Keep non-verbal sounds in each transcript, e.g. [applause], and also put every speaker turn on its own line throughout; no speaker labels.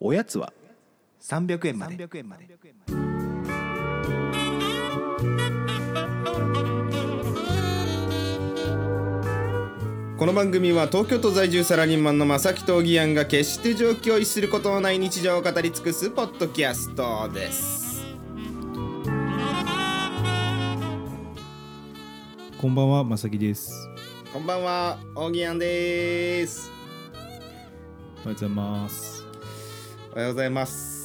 おやつは
300円まで
この番組は東京都在住サラリーマンの正木とおぎやんが決して常軌を逸することのない日常を語り尽くすポッドキャストです
こんばんは、まさきです。
こんばんはおぎやんです
おはようございます。
おはようございます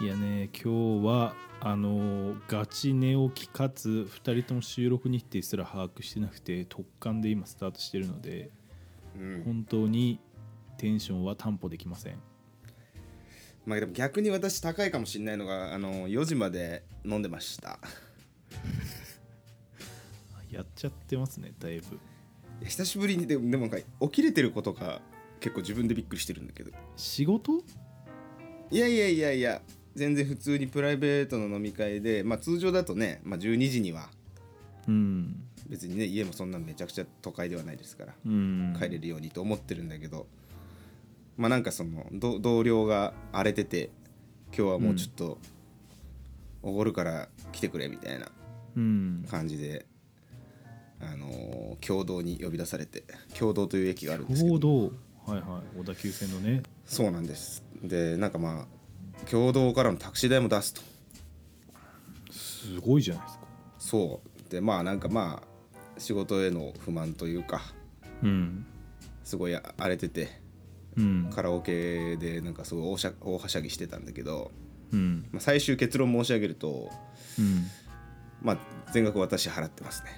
いやね、今日はあのーガチ寝起きかつ2人とも収録日程すら把握してなくて特感で今スタートしてるので、
うん
本当にテンションは担保できません。
まあでも逆に私高いかもしれないのがあの4時まで飲んでました
やっちゃってますね、だいぶ。
いや久しぶりにでもでもなんか起きれてることが結構自分でびっくりしてるんだけど
仕事
いやいやいやいや全然普通にプライベートの飲み会でまあ通常だとね、まあ、12時には
うん。
別にね家もそんなめちゃくちゃ都会ではないですから
うん。
帰れるようにと思ってるんだけど、まあなんかそのど同僚が荒れてて今日はもうちょっとおごるから来てくれみたいな
うん。
感じで、あのー共同に呼び出されて共同という駅があるんですけ
合
ど
同。はいはい。小田急線のね。
そうなんですでなんかまあ共同からのタクシー代も出すと
すごいじゃないですか。
そうでまあなんかまあ仕事への不満というか
うん。
すごい荒れてて
うん。
カラオケでなんかすごい大しゃ大はしゃぎしてたんだけど、
うん。
まあ、最終結論申し上げると、
うん。
まあ、全額私払ってますね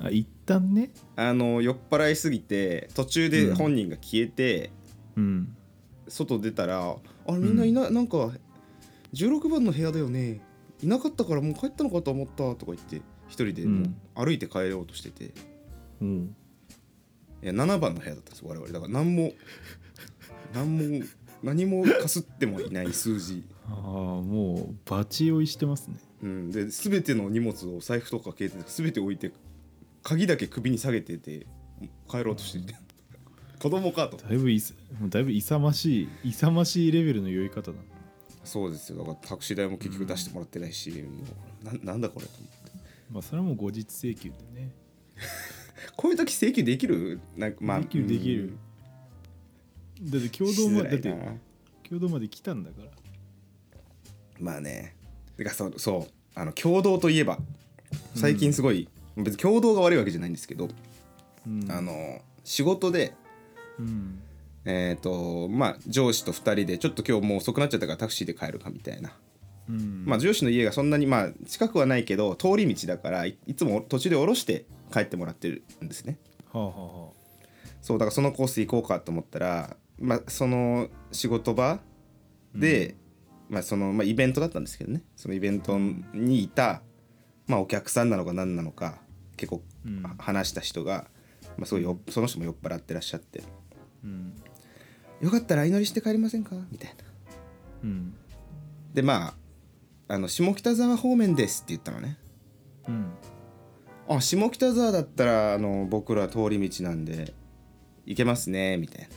あ、一旦ね。
あの酔っ払いすぎて途中
う
で
ん
本人が消えて、
うん。
外出たら「あれみんないない、なんか16番の部屋だよねいなかったからもう帰ったのかと思った」とか言って一人でもう歩いて帰ろうとしてて、い
うん。
や7番の部屋だったんです我々だから何も何も何もかすってもいない数字、
ああもうバチ酔いしてますね
うん、で全ての荷物を財布とか携帯とか全て置いて鍵だけ首に下げてて帰ろうとしてて子供かと
だいぶいさもうだいぶ勇ましい勇ましいレベルの酔い方だな
そうですよだからタクシー代も結局出してもらってないし、もうななんだこれと思って。
まあそれはもう後日請求でね
こういう時請求できるなんかまあ
請求できるだって
うん
共同までだっ
しづらい
て
な
共同まで来たんだから
まあねてかそうそうあの共同といえば最近すごい、別に共同が悪いわけじゃないんですけど、
うん
あの仕事で
うん
えっ、とまあ上司と2人でちょっと今日もう遅くなっちゃったからタクシーで帰るかみたいな、
うん
まあ上司の家がそんなにまあ近くはないけど通り道だからいいつも途中で降ろして帰ってもらってるんですね
はあはあは
そうだからそのコース行こうかと思ったら、まあ、その仕事場で、まあそのまあ、イベントだったんですけどねそのイベントにいた、まあ、お客さんなのか何なのか結構
うん
は話した人が、まあ、すごいよその人も酔っ払ってらっしゃって
あうん
「よかったら相乗りして帰りませんか?」みたいな。
うん
でまああの「下北沢方面です」って言ったのね。
うん
あ下北沢だったらあの僕ら通り道なんで行けますねみたいな。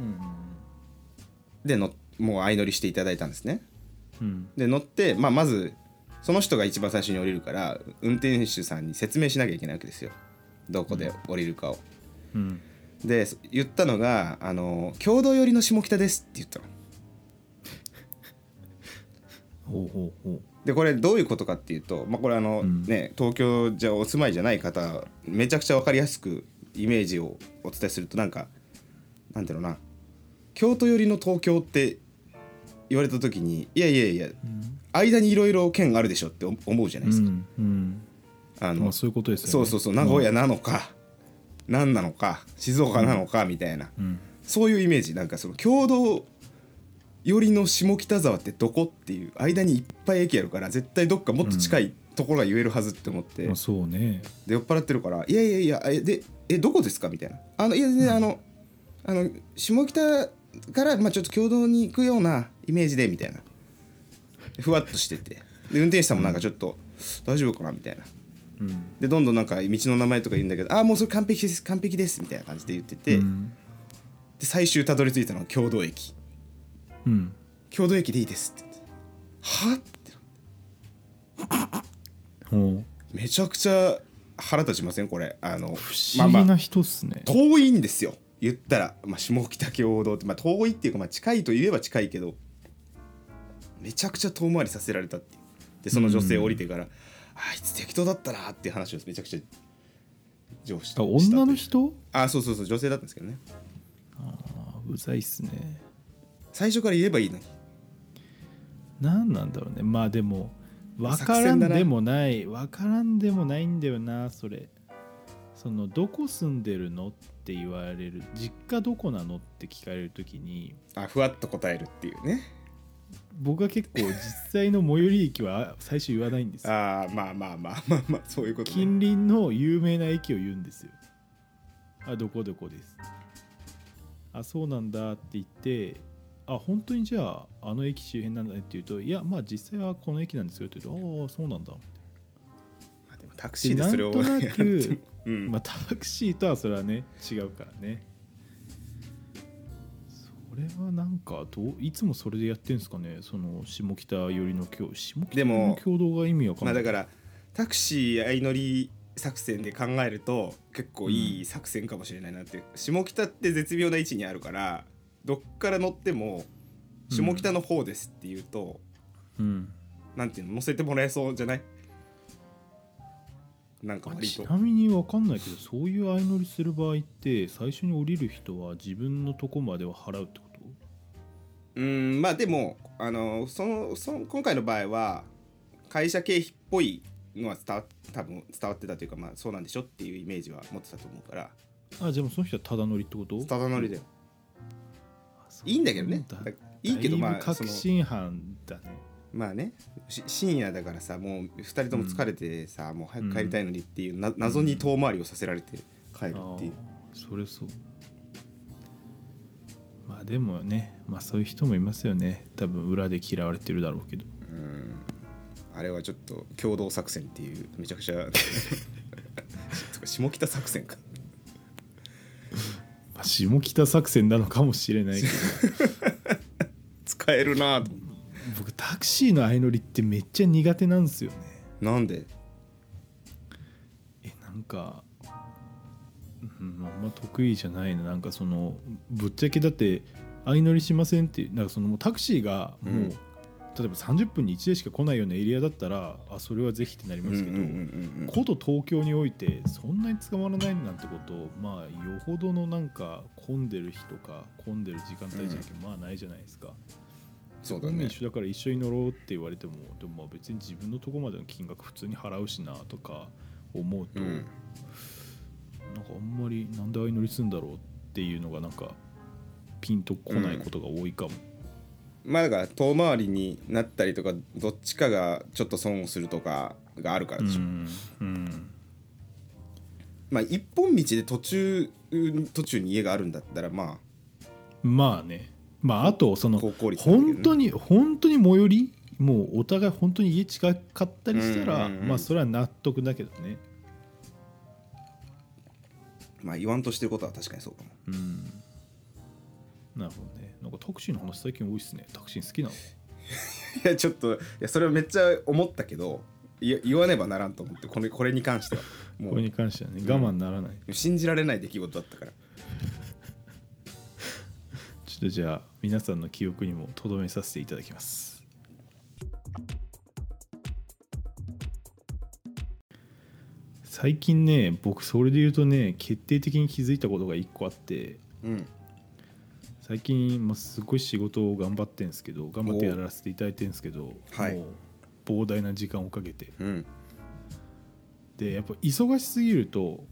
うん
でのもう相乗りしていただいたんですね。
うん
で乗って、まあ、まずその人が一番最初に降りるから運転手さんに説明しなきゃいけないわけですよどこで降りるかを。
うん
でそ言ったのがあの「共同寄りの下北です」って言ったの。
ほうほうほう
でこれどういうことかっていうと、まあ、これあの、
うん
ね東京じゃお住まいじゃない方めちゃくちゃ分かりやすくイメージをお伝えするとなんかなんだろうな京都寄りの東京って言われた時にいやいやいや
うん
間にいろいろ県あるでしょって思うじゃないうですか。
んうん
あの
まあそういうことですよね
そうそうそう名古屋なのか、何なのか静岡なのかみたいな、
うん
そういうイメージなんかその共同寄りの下北沢ってどこっていう間にいっぱい駅あるから絶対どっかもっと近いところが言えるはずって思って、
まあそうね
で酔っ払ってるから「いやいやいやえでえどこですか?」みたいな「あのいやいやあの,、あの下北から、まあ、ちょっと共同に行くようなイメージで」みたいなふわっとしててで運転手さんもなんかちょっと「大丈夫かな?」みたいな
うん
でどんどんなんか道の名前とか言うんだけど「ああもうそれ完璧です完璧です」みたいな感じで言ってて、
うん
で最終たどり着いたのが共同駅
うん
共同駅でいいですって言ってはって
お
めちゃくちゃ腹立ちませんこれあ
不
の
思議
まあま
な
あ
人っすね、
遠いんですよ言ったら、まあ、下北共同って、まあ、遠いっていうか、まあ、近いといえば近いけどめちゃくちゃ遠回りさせられたっていうでその女性降りてから、あいつ適当だったなっていう話をめちゃくちゃ
あ
上司としたとい
女
う
の人
あそうそうそう女性だったんですけどね
あうざいっすね
最初から言えばいいのに
何なんだろうねまあでも分か
作
らん
戦だな
でもない分からんでもないんだよなそれそのどこ住んでるのって言われる実家どこなのって聞かれるときに
あふわっと答えるっていうね
僕は結構実際の最寄り駅は最初言わないんですよ
あーまあまあまあまあまあそういうこと、ね、
近隣の有名な駅を言うんですよあどこどこですあそうなんだって言ってあ本当にじゃああの駅周辺なんだねって言うといやまあ実際はこの駅なんですよって言うとああそうなんだ
まあでもタクシーでそれを
でなんとなく
やられてもうん
まあ、タクシーとはそれはね違うからねそれはなんかどういつもそれでやってんですかねその下北寄りの共下北寄
で
りの
も
共同が意味わかん
ま
な
あ
い、
だからタクシー相乗り作戦で考えると結構いい作戦かもしれないなって、下北って絶妙な位置にあるからどっから乗っても下北の方ですって言うと、
うん
なんていうの乗せてもらえそうじゃないなんか
あ
割
ち
と
なみにわかんないけどそういう相乗りする場合って最初に降りる人は自分のとこまでは払うってこと
うんまあでもあのそのその今回の場合は会社経費っぽいのは伝わ多分伝わってたというかまあそうなんでしょっていうイメージは持ってたと思うから
あじゃあもうその人はただ乗りってこと
ただ乗りだよいいんだけどねだいいけどまあそ
確
の
信犯だね
まあねし深夜だからさもう2人とも疲れてさ、もう早く帰りたいのにっていうな謎に遠回りをさせられて帰るっていう、
あーそれそうまあでもねまあそういう人もいますよね多分裏で嫌われてるだろうけど
あれはちょっと共同作戦っていうめちゃくちゃ [laughs] とか下北作戦か
まあ下北作戦なのかもしれ
[laughs]
ないけど
使えるなぁと思って
僕タクシーの相乗りってめっちゃ苦手なんですよね
なんで
えなんか、うん、あんま得意じゃないななんかそのぶっちゃけだって相乗りしませんってなんかそのもうタクシーがもう、
うん
例えば30分に1でしか来ないようなエリアだったらあそれはぜひってなりますけど、
ん
古都東京においてそんなに捕まらないなんてことまあよほどのなんか混んでる日とか混んでる時間帯じゃなきゃまあないじゃないですか、
そうだ
海
ね
一緒だから一緒に乗ろうって言われてもでもまあ別に自分のとこまでの金額普通に払うしなとか思うと、
うん
なんかあんまりなんで相乗りするんだろうっていうのがなんかピンとこないことが多いかも、
まあだから遠回りになったりとかどっちかがちょっと損をするとかがあるから
う
でしょ、
んうん
まあ一本道で途中うん途中に家があるんだったらま
まあねまああとそ
あ
の
高効率なんだけどね
本当に本当に最寄りもうお互い本当に家近かったりしたら、
うんうんうん
まあそれは納得だけどね
まあ言わんとしてることは確かにそうかも
うんなるほどねなんかタクシーの話最近多いっすねタクシー好きなの
いやちょっといやそれはめっちゃ思ったけどいや言わねばならんと思ってこれこれに関してはも
これ
う
に関してはね我慢ならない、
信じられない出来事だったから
ちょっとじゃあ皆さんの記憶にもとどめさせていただきます最近ね僕それで言うとね決定的に気づいたことが1個あって
うん
最近、まあ、すごい仕事を頑張ってんですけど頑張ってやらせていただいてんですけど、
はい
もう膨大な時間をかけて
うん
でやっぱ忙しすぎると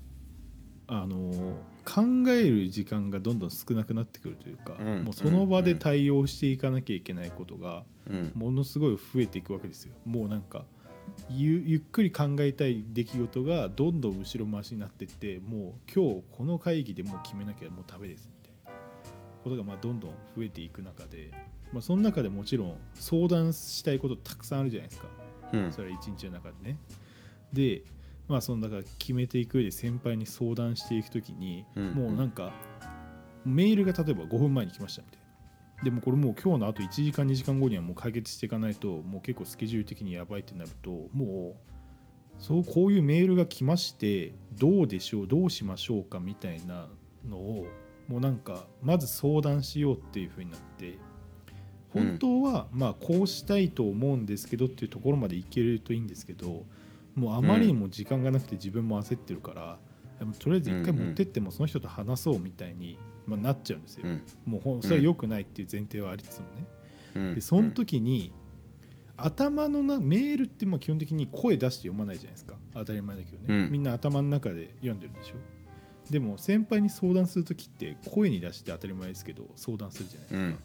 あの考える時間がどんどん少なくなってくるというか、
うん
もうその場で対応していかなきゃいけないことが
うん
ものすごい増えていくわけですよもうなんかゆゆっくり考えたい出来事がどんどん後ろ回しになってってもう今日この会議でもう決めなきゃもうダメですみたいなことがまあどんどん増えていく中で、まあ、その中でもちろん相談したいことたくさんあるじゃないですか
うん
それは一日の中でねでまあそのだから決めていく上で先輩に相談していく時に、
うん
もうなんかメールが例えば5分前に来ましたみたいなでもこれもう今日のあと1時間2時間後にはもう解決していかないともう結構スケジュール的にやばいってなるともうそうこういうメールが来ましてどうでしょうどうしましょうかみたいなのをもうなんかまず相談しようっていう風になって本当はまあこうしたいと思うんですけどっていうところまでいけるといいんですけどもうあまりにも時間がなくて自分も焦ってるから、でもとりあえず一回持ってってもその人と話そうみたいに、まあ、なっちゃうんですよ、
うん
もうほんそれは良くないっていう前提はありつつもね、
うん
でその時に、頭のなメールってまあ基本的に声出して読まないじゃないですか当たり前だけどね、
うん
みんな頭の中で読んでるでしょでも先輩に相談する時って声に出して当たり前ですけど相談するじゃないですか、
うん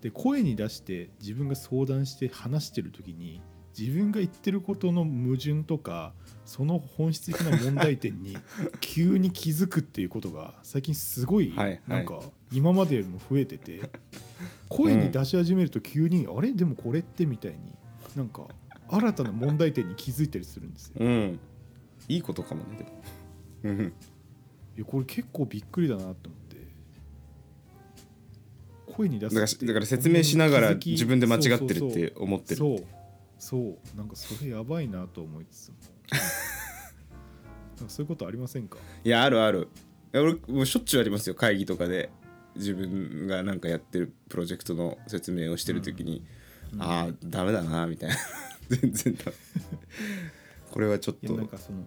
で声に出して自分が相談して話してる時に自分が言ってることの矛盾とかその本質的な問題点
[laughs]
に急に気づくっていうことが最近すごい
はいはい
なんか今までよりも増えてて声に出し始めると急に、あれでもこれってみたいになんか新たな問題点に気づいたりするんですよ。
うんいいことかもねでもうん
いやこれ結構びっくりだなと思って声に出す
だか
って
らだから説明しながら
気づき
自分で間違って
そうそう
るっ
そう
て思ってる
そうそうなんかそれやばいなと思いつつ
[laughs]
もなんかそういうことありませんか
いやあるあるいや俺もうしょっちゅうありますよ会議とかで自分がなんかやってるプロジェクトの説明をしてる時に、ああダメだなみたいな [laughs] 全然ダメこれはちょっ
いや
と
なんかその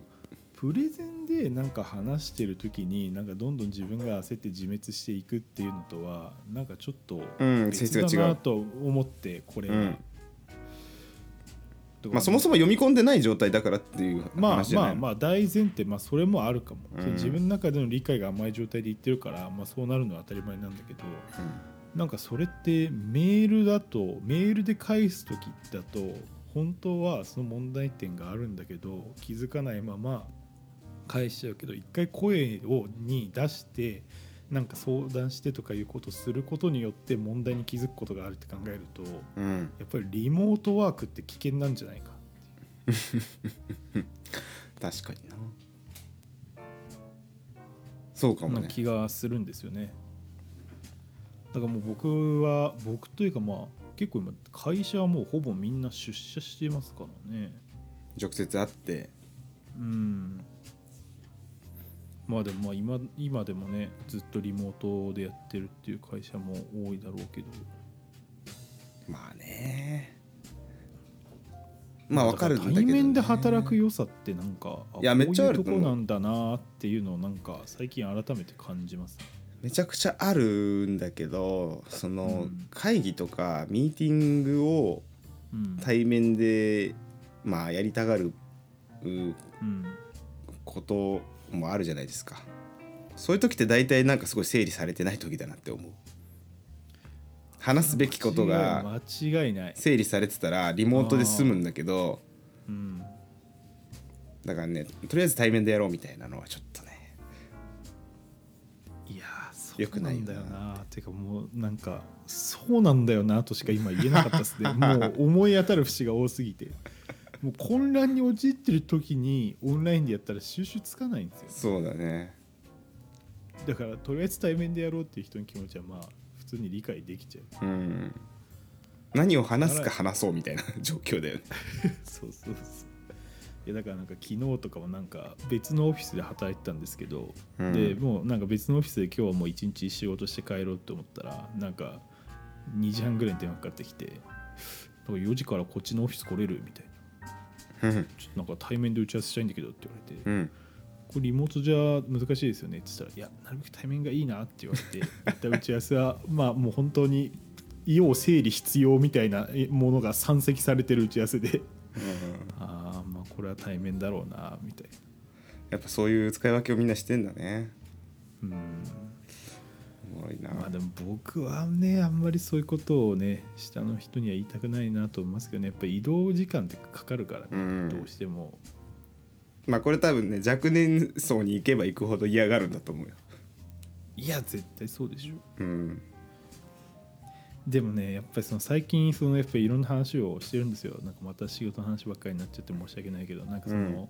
プレゼンでなんか話してる時になんかどんどん自分が焦って自滅していくっていうのとはなんかちょっと
うん性質
別
が違う
だなと思ってこれ、
うん
とか
まあ、そもそも読み込んでない状態だからっていう
まあ
話じゃ
ま
な
あ
い
まあ大前提、まあ、それもあるかも、
うん
その自分の中での理解が甘い状態で言ってるから、まあ、そうなるのは当たり前なんだけどなんかそれってメールだとメールで返す時だと本当はその問題点があるんだけど気づかないまま返しちゃうけど一回声をに出してなんか相談してとかいうことをすることによって問題に気づくことがあるって考えるとや
うん、うん
っぱりリモートワークって危険なんじゃないか
確かになそうかも
な
ね
気がするんですよね。だからもう僕は僕というかまあ結構今会社はもうほぼみんな出社してますからね。
直接会って
うん。まあでもまあ今今でもねずっとリモートでやってるっていう会社も多いだろうけど。
まあねまあわかるんだけど、
対面で働く良さってなんかあ
いやめっちゃある
こういうとこなんだなっていうのをなんか最近改めて感じますね。
めちゃくちゃあるんだけどその
うん
会議とかミーティングを
うん。
対面でまあやりたがるう
うん。
こともあるじゃないですかそういう時って大体なんかすごい整理されてない時だなって思う話すべきことが
間違いない。
整理されてたらリモートで済むんだけど
うん。
だからねとりあえず対面でやろうみたいなのはちょっとね
いやーそ
良
う
く
な
ない
ん
よ
だ
な
よなてかもうなんかそうなんだよなとしか今言えなかった [laughs] ですねもう思い当たる節が多すぎてもう混乱に陥ってる時にオンラインでやったら収集つかないんですよ
そうだね
だからとりあえず対面でやろうっていう人の気持ちはまあ普通に理解できちゃう
うん何を話すか話そうみたいな [laughs] 状況だよね
そうそうそういやだからなんか昨日とかはなんか別のオフィスで働いてたんですけど、
うん
でもうなんか別のオフィスで今日はもう一日仕事して帰ろうと思ったらなんか2時半ぐらいに電話かかってきて「なんか4時からこっちのオフィス来れる?」みたいな
うん
「ちょっとなんか対面で打ち合わせしたいんだけど」って言われて「
うん
これリモートじゃ難しいですよね」って言ったら「いやなるべく対面がいいな」って言われて一旦打ち合わせはまあもう本当に要整理必要みたいなものが山積されてる打ち合わせでああまあこれは対面だろうなみたいな
やっぱそういう使い分けをみんなしてんだね
うん
おもろいな、
まあでも僕はねあんまりそういうことをね下の人には言いたくないなと思いますけどねやっぱ移動時間ってかかるからね、
うん
どうしても
まあこれ多分ね若年層に行けば行くほど嫌がるんだと思うよ
いや絶対そうでしょ
うん
でもねやっぱりその最近そのやっぱりいろんな話をしてるんですよなんかまた仕事の話ばっかりになっちゃって申し訳ないけどなんかその、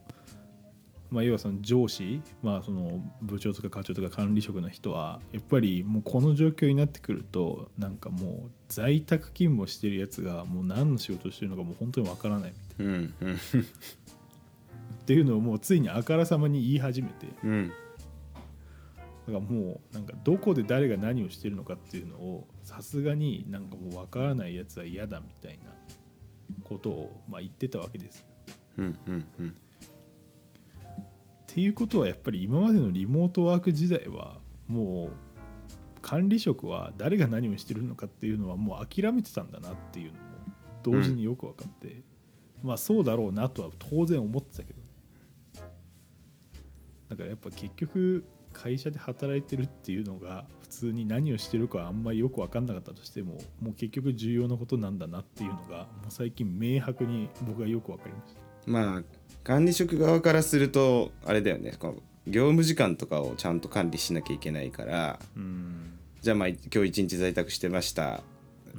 まあ、要はその上司、まあ、その部長とか課長とか管理職の人はやっぱりもうこの状況になってくるとなんかもう在宅勤務をしてるやつがもう何の仕事をしてるのかもう本当にわからないみたいな
うんうん
っていうのをもうついにあからさまに言い始めてだ
うん
からもうなんかどこで誰が何をしてるのかっていうのをさすがになんかもうわからないやつは嫌だみたいなことをまあ言ってたわけです。
うんうんうん
っていうことはやっぱり今までのリモートワーク時代はもう管理職は誰が何をしてるのかっていうのはもう諦めてたんだなっていうのも同時によく分かって、まあそうだろうなとは当然思ってたけどだからやっぱ結局会社で働いてるっていうのが普通に何をしてるかはあんまりよく分かんなかったとしてももう結局重要なことなんだなっていうのがもう最近明白に僕はよく分かりました。
まあ管理職側からするとあれだよねこう業務時間とかをちゃんと管理しなきゃいけないから
うん
じゃあまあ今日一日在宅してました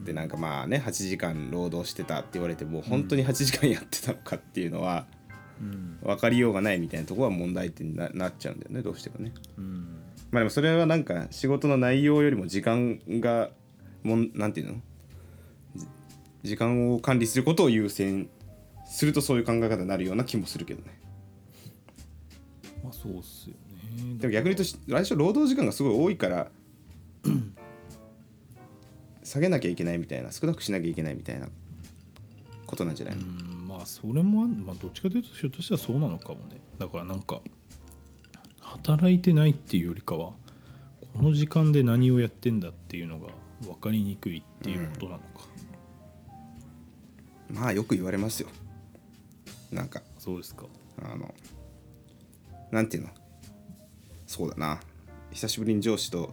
でなんかまあね8時間労働してたって言われてもう本当に8時間やってたのかっていうのは
うん
分かりようがないみたいなところは問題点にななっちゃうんだよねどうしてもね。
うん
まあでもそれはなんか仕事の内容よりも時間がもんなんていうのじ時間を管理することを優先するとそういう考え方になるような気もするけどね
まあそうっすよね。
でも逆に言うとし来週労働時間がすごい多いから下げなきゃいけないみたいな少なくしなきゃいけないみたいなことなんじゃないの、
うんまあそれもあんまあどっちかというとひょっとしたらそうなのかもねだからなんか働いてないっていうよりかはこの時間で何をやってんだっていうのが分かりにくいっていうことなのか、
まあよく言われますよなんか
そうですか
あのなんていうのそうだな久しぶりに上司と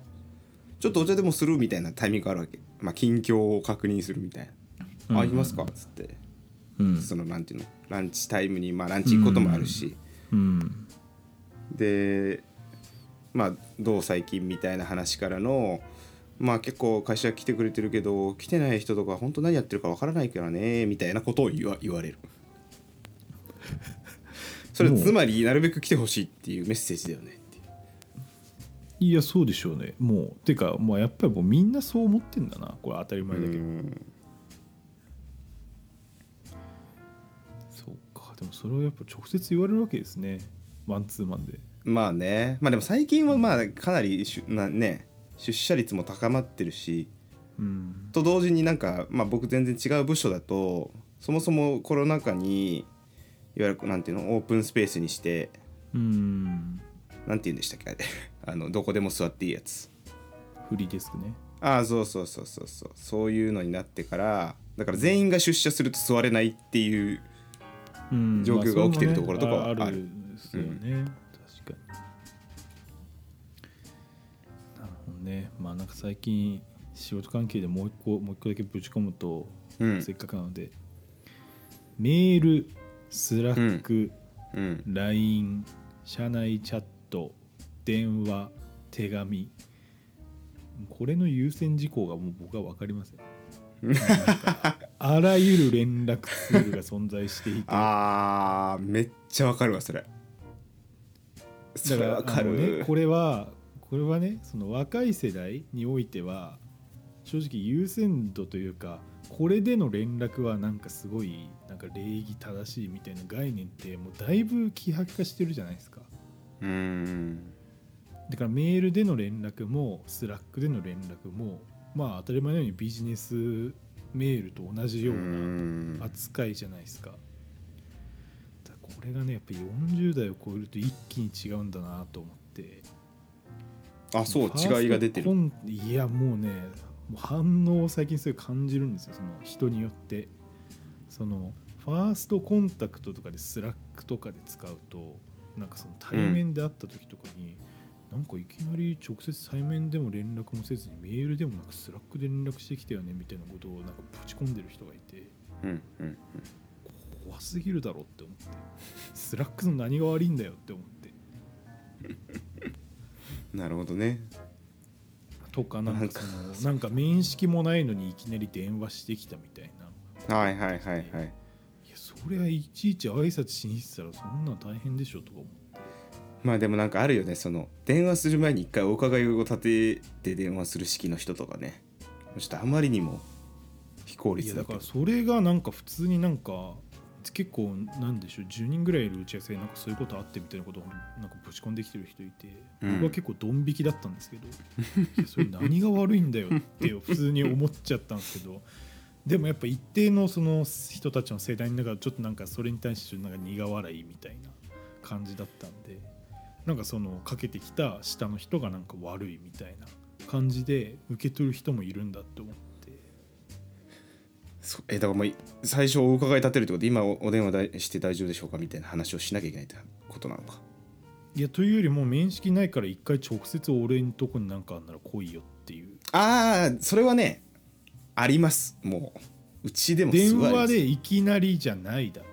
ちょっとお茶でもするみたいなタイミングがあるわけ、まあ、近況を確認するみたいな「あ行きますか」っつって、
うん
そのなんていうのランチタイムに、まあ、ランチ行くこともあるし、
うん
でまあどう最近みたいな話からのまあ結構会社来てくれてるけど来てない人とか本当何やってるかわからないからねみたいなことを言わ言われ
[laughs]
るそれ
もう
つまりなるべく来てほしいっていうメッセージだよねっていう
いやそうでしょうねもうてかまあやっぱりもうみんなそう思ってんだなこれ当たり前だけど、そうかでもそれをやっぱ直接言われるわけですねマンツーマンで
まあねまあでも最近はまあかなりしゅなね出社率も高まってるし
うん
と同時になんか、まあ、僕全然違う部署だとそもそもコロナ禍にいわゆるなんていうのオープンスペースにして
うん
なんて言うんでしたっけあれ [laughs] あのどこでも座っていいやつ
フリーデスクね
ああそうそうそうそうそうそういうのになってからだから全員が出社すると座れないっていう
うん
状況が起きてる
まあ
ところとかは
それもねあ
あ
る
る
んですよね、確かになるほどねまあなんか最近仕事関係でもう一個もう一個だけぶち込むと、
うん
せっかくなのでメールスラック、
うん
LINE 社内チャット電話手紙これの優先事項がもう僕は分かり
[laughs]
ませんなんかあらゆる連絡ツールが存在していて
あーめっちゃわかるわそれ
だ
それ
から
わか
あのね
る、
これはこれはねその若い世代においては正直優先度というかこれでの連絡はなんかすごいなんか礼儀正しいみたいな概念ってもうだいぶ希薄化してるじゃないですか
うーん
だからメールでの連絡もスラックでの連絡もまあ当たり前のようにビジネスメールと同じよう
うー
なん扱いじゃないですか。だからこれがねやっぱり40代を超えると一気に違うんだなと思って
あそう
ファースト
違いが出て
コ
る
ンいやもうねもう反応を最近すごい感じるんですよその人によってそのファーストコンタクトとかでスラックとかで使うとなんかその対面で会った時とかに、なんかいきなり直接対面でも連絡もせずにメールでもなくスラックで連絡してきたよねみたいなことをなんかぶち込んでる人がいて
うんうん
怖すぎるだろって思ってスラックの何が悪いんだよって思って
なるほどね
とかなんかそ
な
の
んか
なんか面識もないのにいきなり電話してきたみたいな
はいはいはいはい
いやそりゃいちいち挨拶しに行ってたらそんなん大変でしょとか思って
まあでもなんかあるよねその電話する前に一回お伺いを立てて電話する式の人とかねちょっとあまりにも非効
いや
率
だ
だ
か
け
ら
ど
それがなんか普通になんか結構なんでしょう10人ぐらいいる打ち合わせでなんかそういうことあってみたいなことをなんかぶち込んできてる人いて、
うん
僕は結構ドン引きだったんですけどいやそれ何が悪いんだよって普通に思っちゃったんですけどでもやっぱ一定のその人たちの世代の中でちょっとなんかそれに対してなんか苦笑いみたいな感じだったんでなんかそのかけてきた下の人がなんか悪いみたいな感じで受け取る人もいるんだって思って。
そえだからもう最初お伺い立てるってことで今おお電話だして大丈夫でしょうかみたいな話をしなきゃいけないってことなのか
いやというよりも面識ないから一回直接俺んとこになんかあんなら来いよっていう
ああそれはねありますもううちでもす
電
ごいありま
話
す
でいきなりじゃないだろ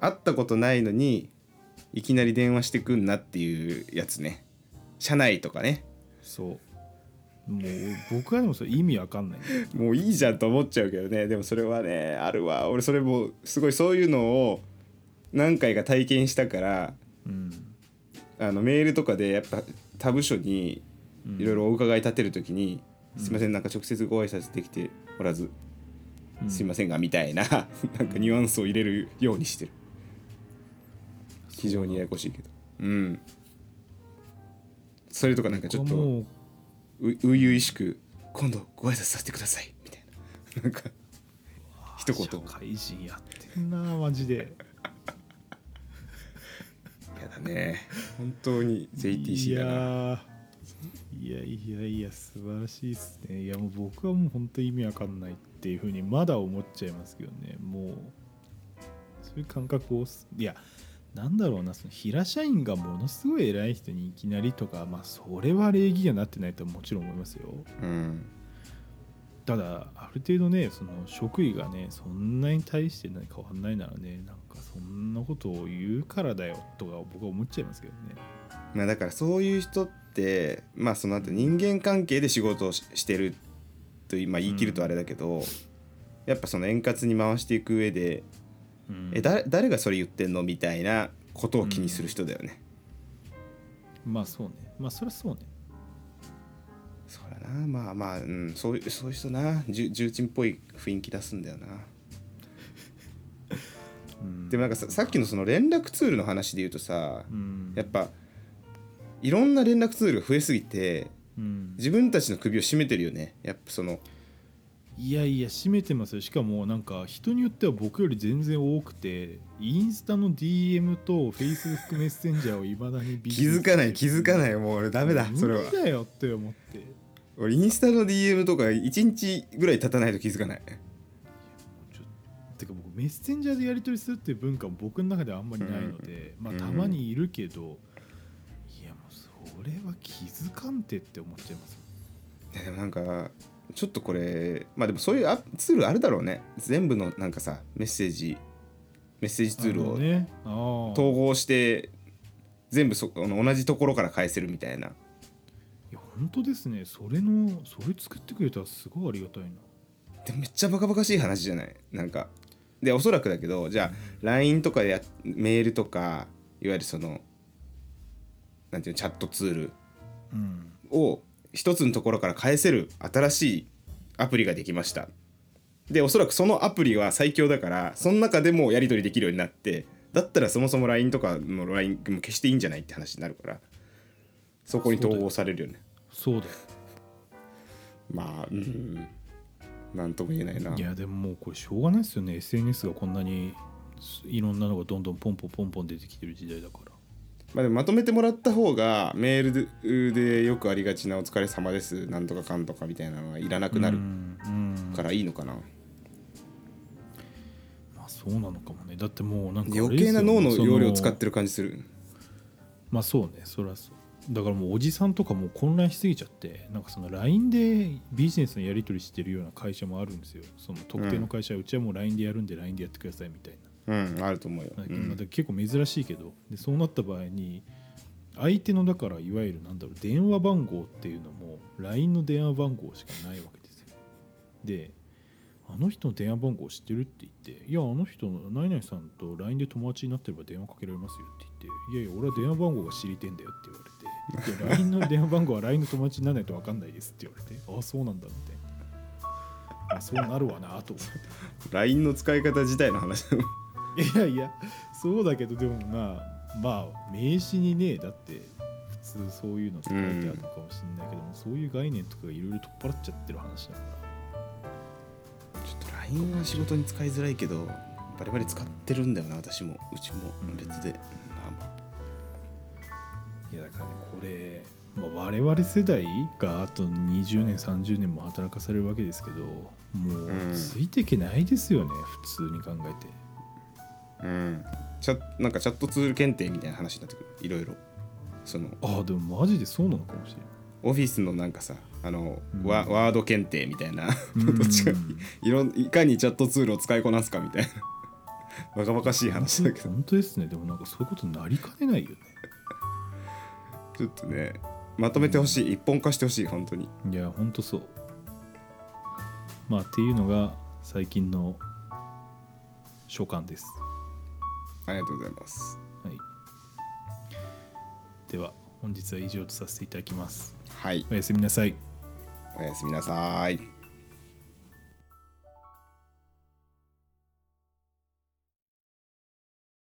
会ったことないのにいきなり電話してくんなっていうやつね社内とかね
そうもう僕はでもそれ意味わかんないんだよ
もういいじゃんと思っちゃうけどねでもそれはねあるわ俺それもすごいそういうのを何回か体験したから
うん
あのメールとかでやっぱ他部署にいろいろお伺い立てるときに、すいませんなんか直接ご挨拶できておらず、すいませんがみたいな [laughs] なんかニュアンスを入れるようにしてる非常にややこしいけどうんそれとかなんかちょっと
もう
う初々しく「今度ご挨拶させてください」みたいななんか一言
社会人やってんなマジで
やだね本当に
い
JTC
や
だな
ーいやいやいや素晴らしいっすねいやもう僕はもう本当意味わかんないっていうふうにまだ思っちゃいますけどねもうそういう感覚をすいやなんだろうなその平社員がものすごい偉い人にいきなりとかまあそれは礼儀がなってないとはもちろん思いますよ
うん
ただある程度ねその職位がねそんなに対して何か変わんないならねなんかそんなことを言うからだよとか僕は思っちゃいますけどね
まあだからそういう人ってまあその後人間関係で仕事をししてるという、まあ、言い切るとあれだけど、やっぱその円滑に回していく上で、
うん
えだ誰がそれ言ってんのみたいなことを気にする人だよね、
まあそうねまあそりゃそうね
そりゃなまあまあ、うん、そういうそういう人な重重鎮っぽい雰囲気出すんだよな
うん
でもなんかささっきのその連絡ツールの話で言うとさ、
うん
やっぱいろんな連絡ツールが増えすぎて
うん
自分たちの首を絞めてるよねやっぱその
いやいや閉めてますよしかもなんか人によっては僕より全然多くてインスタの DM と Facebook メッセンジャーをいまだに
気づかない気づかないいもう俺ダメだそれは
無理だよって思って
俺インスタの DM とか1日ぐらい経たないと気づかない
ちょてか僕メッセンジャーでやり取りするっていう文化も僕の中ではあんまりないので、まあ
うん
たまにいるけど、いやもうそれは気づかんてって思っちゃいますよ
いやでもなんかちょっとこれまあでもそういうアツールあるだろうね全部のなんかさメッセージメッセージツール
あの
を
ねああ
統合して全部そあの同じところから返せるみたいない
や本当ですねそれのそれ作ってくれたらすごいありがたいな
でもめっちゃバカバカしい話じゃないなんかでおそらくだけどじゃあ LINE とかやメールとかいわゆるそのなんていうのチャットツール
うん
を一つのところから返せる新しいアプリができましたでおそらくそのアプリは最強だからその中でもやり取りできるようになってだったらそもそも LINE とかの LINE も消していいんじゃないって話になるからそこに統合されるよね
そうだよ
まあうんなんとも言えないない
やでももうこれしょうがないですよね SNS がこんなにすいろんなのがどんどんポンポンポンポン出てきてる時代だから
まあ、でもまとめてもらった方がメールででよくありがちな「お疲れ様です」なんとかかんとかみたいなのはいらなくな
う
る
んうん
からいいのかな、
まあそうなのかもねだってもうなんか
余計な脳の容量を使って
る
る感じする
まあそうねそりゃそうだからもうおじさんとかもう混乱しすぎちゃってなんかその LINE でビジネスのやり取りしてるような会社もあるんですよその特定の会社はうちはもう LINE でやるんで LINE でやってくださいみたいな
うんあると思うよ、う
まあ
ん
だから結構珍しいけどでそうなった場合に相手のだからいわゆるなんだろう電話番号っていうのも LINE の電話番号しかないわけですよであの人の電話番号知ってるって言って、いや、あの人の、ナイナイさんと LINE で友達になってれば電話かけられますよって言って、いやいや、俺は電話番号が知りてんだよって言われて、いや LINE の電話番号は LINE の友達にならないと分かんないですって言われて、ああ、そうなんだみたいな。あそうなるわなと思って。
LINE の使い方自体の話
いやいやそうだけどでもまあまあ名刺にねだって普通そういうのって書いてあるのかもしれないけども、そういう概念とかいろいろ取っ払っちゃってる話だから
ちょっと LINE は仕事に使いづらいけどバリバリ使ってるんだよな私もうちも別で、まあま
いやだからねこれ、まあ、我々世代があと20年30年も働かされるわけですけどもう
うん
ついていけないですよね、普通に考えて
あうんチャなんかチャットツール検定みたいな話になってくるいろいろその
ああでもマジでそうなのかもしれない
オフィスのなんかさあの、
うん
ワワード検定みたいな [laughs]
うん
どっちかいろんいかにチャットツールを使いこなすかみたいな [laughs] バカバカしい話だけど
本当ですねでもなんかそういうことになりかねないよね
ちょっとねまとめてほしい一本化してほしい本当に
いやほんとそうまあっていうのが最近の所感です、
ありがとうございます
はい、では本日は以上とさせていただきます
はい
おやすみなさい
おやすみなさい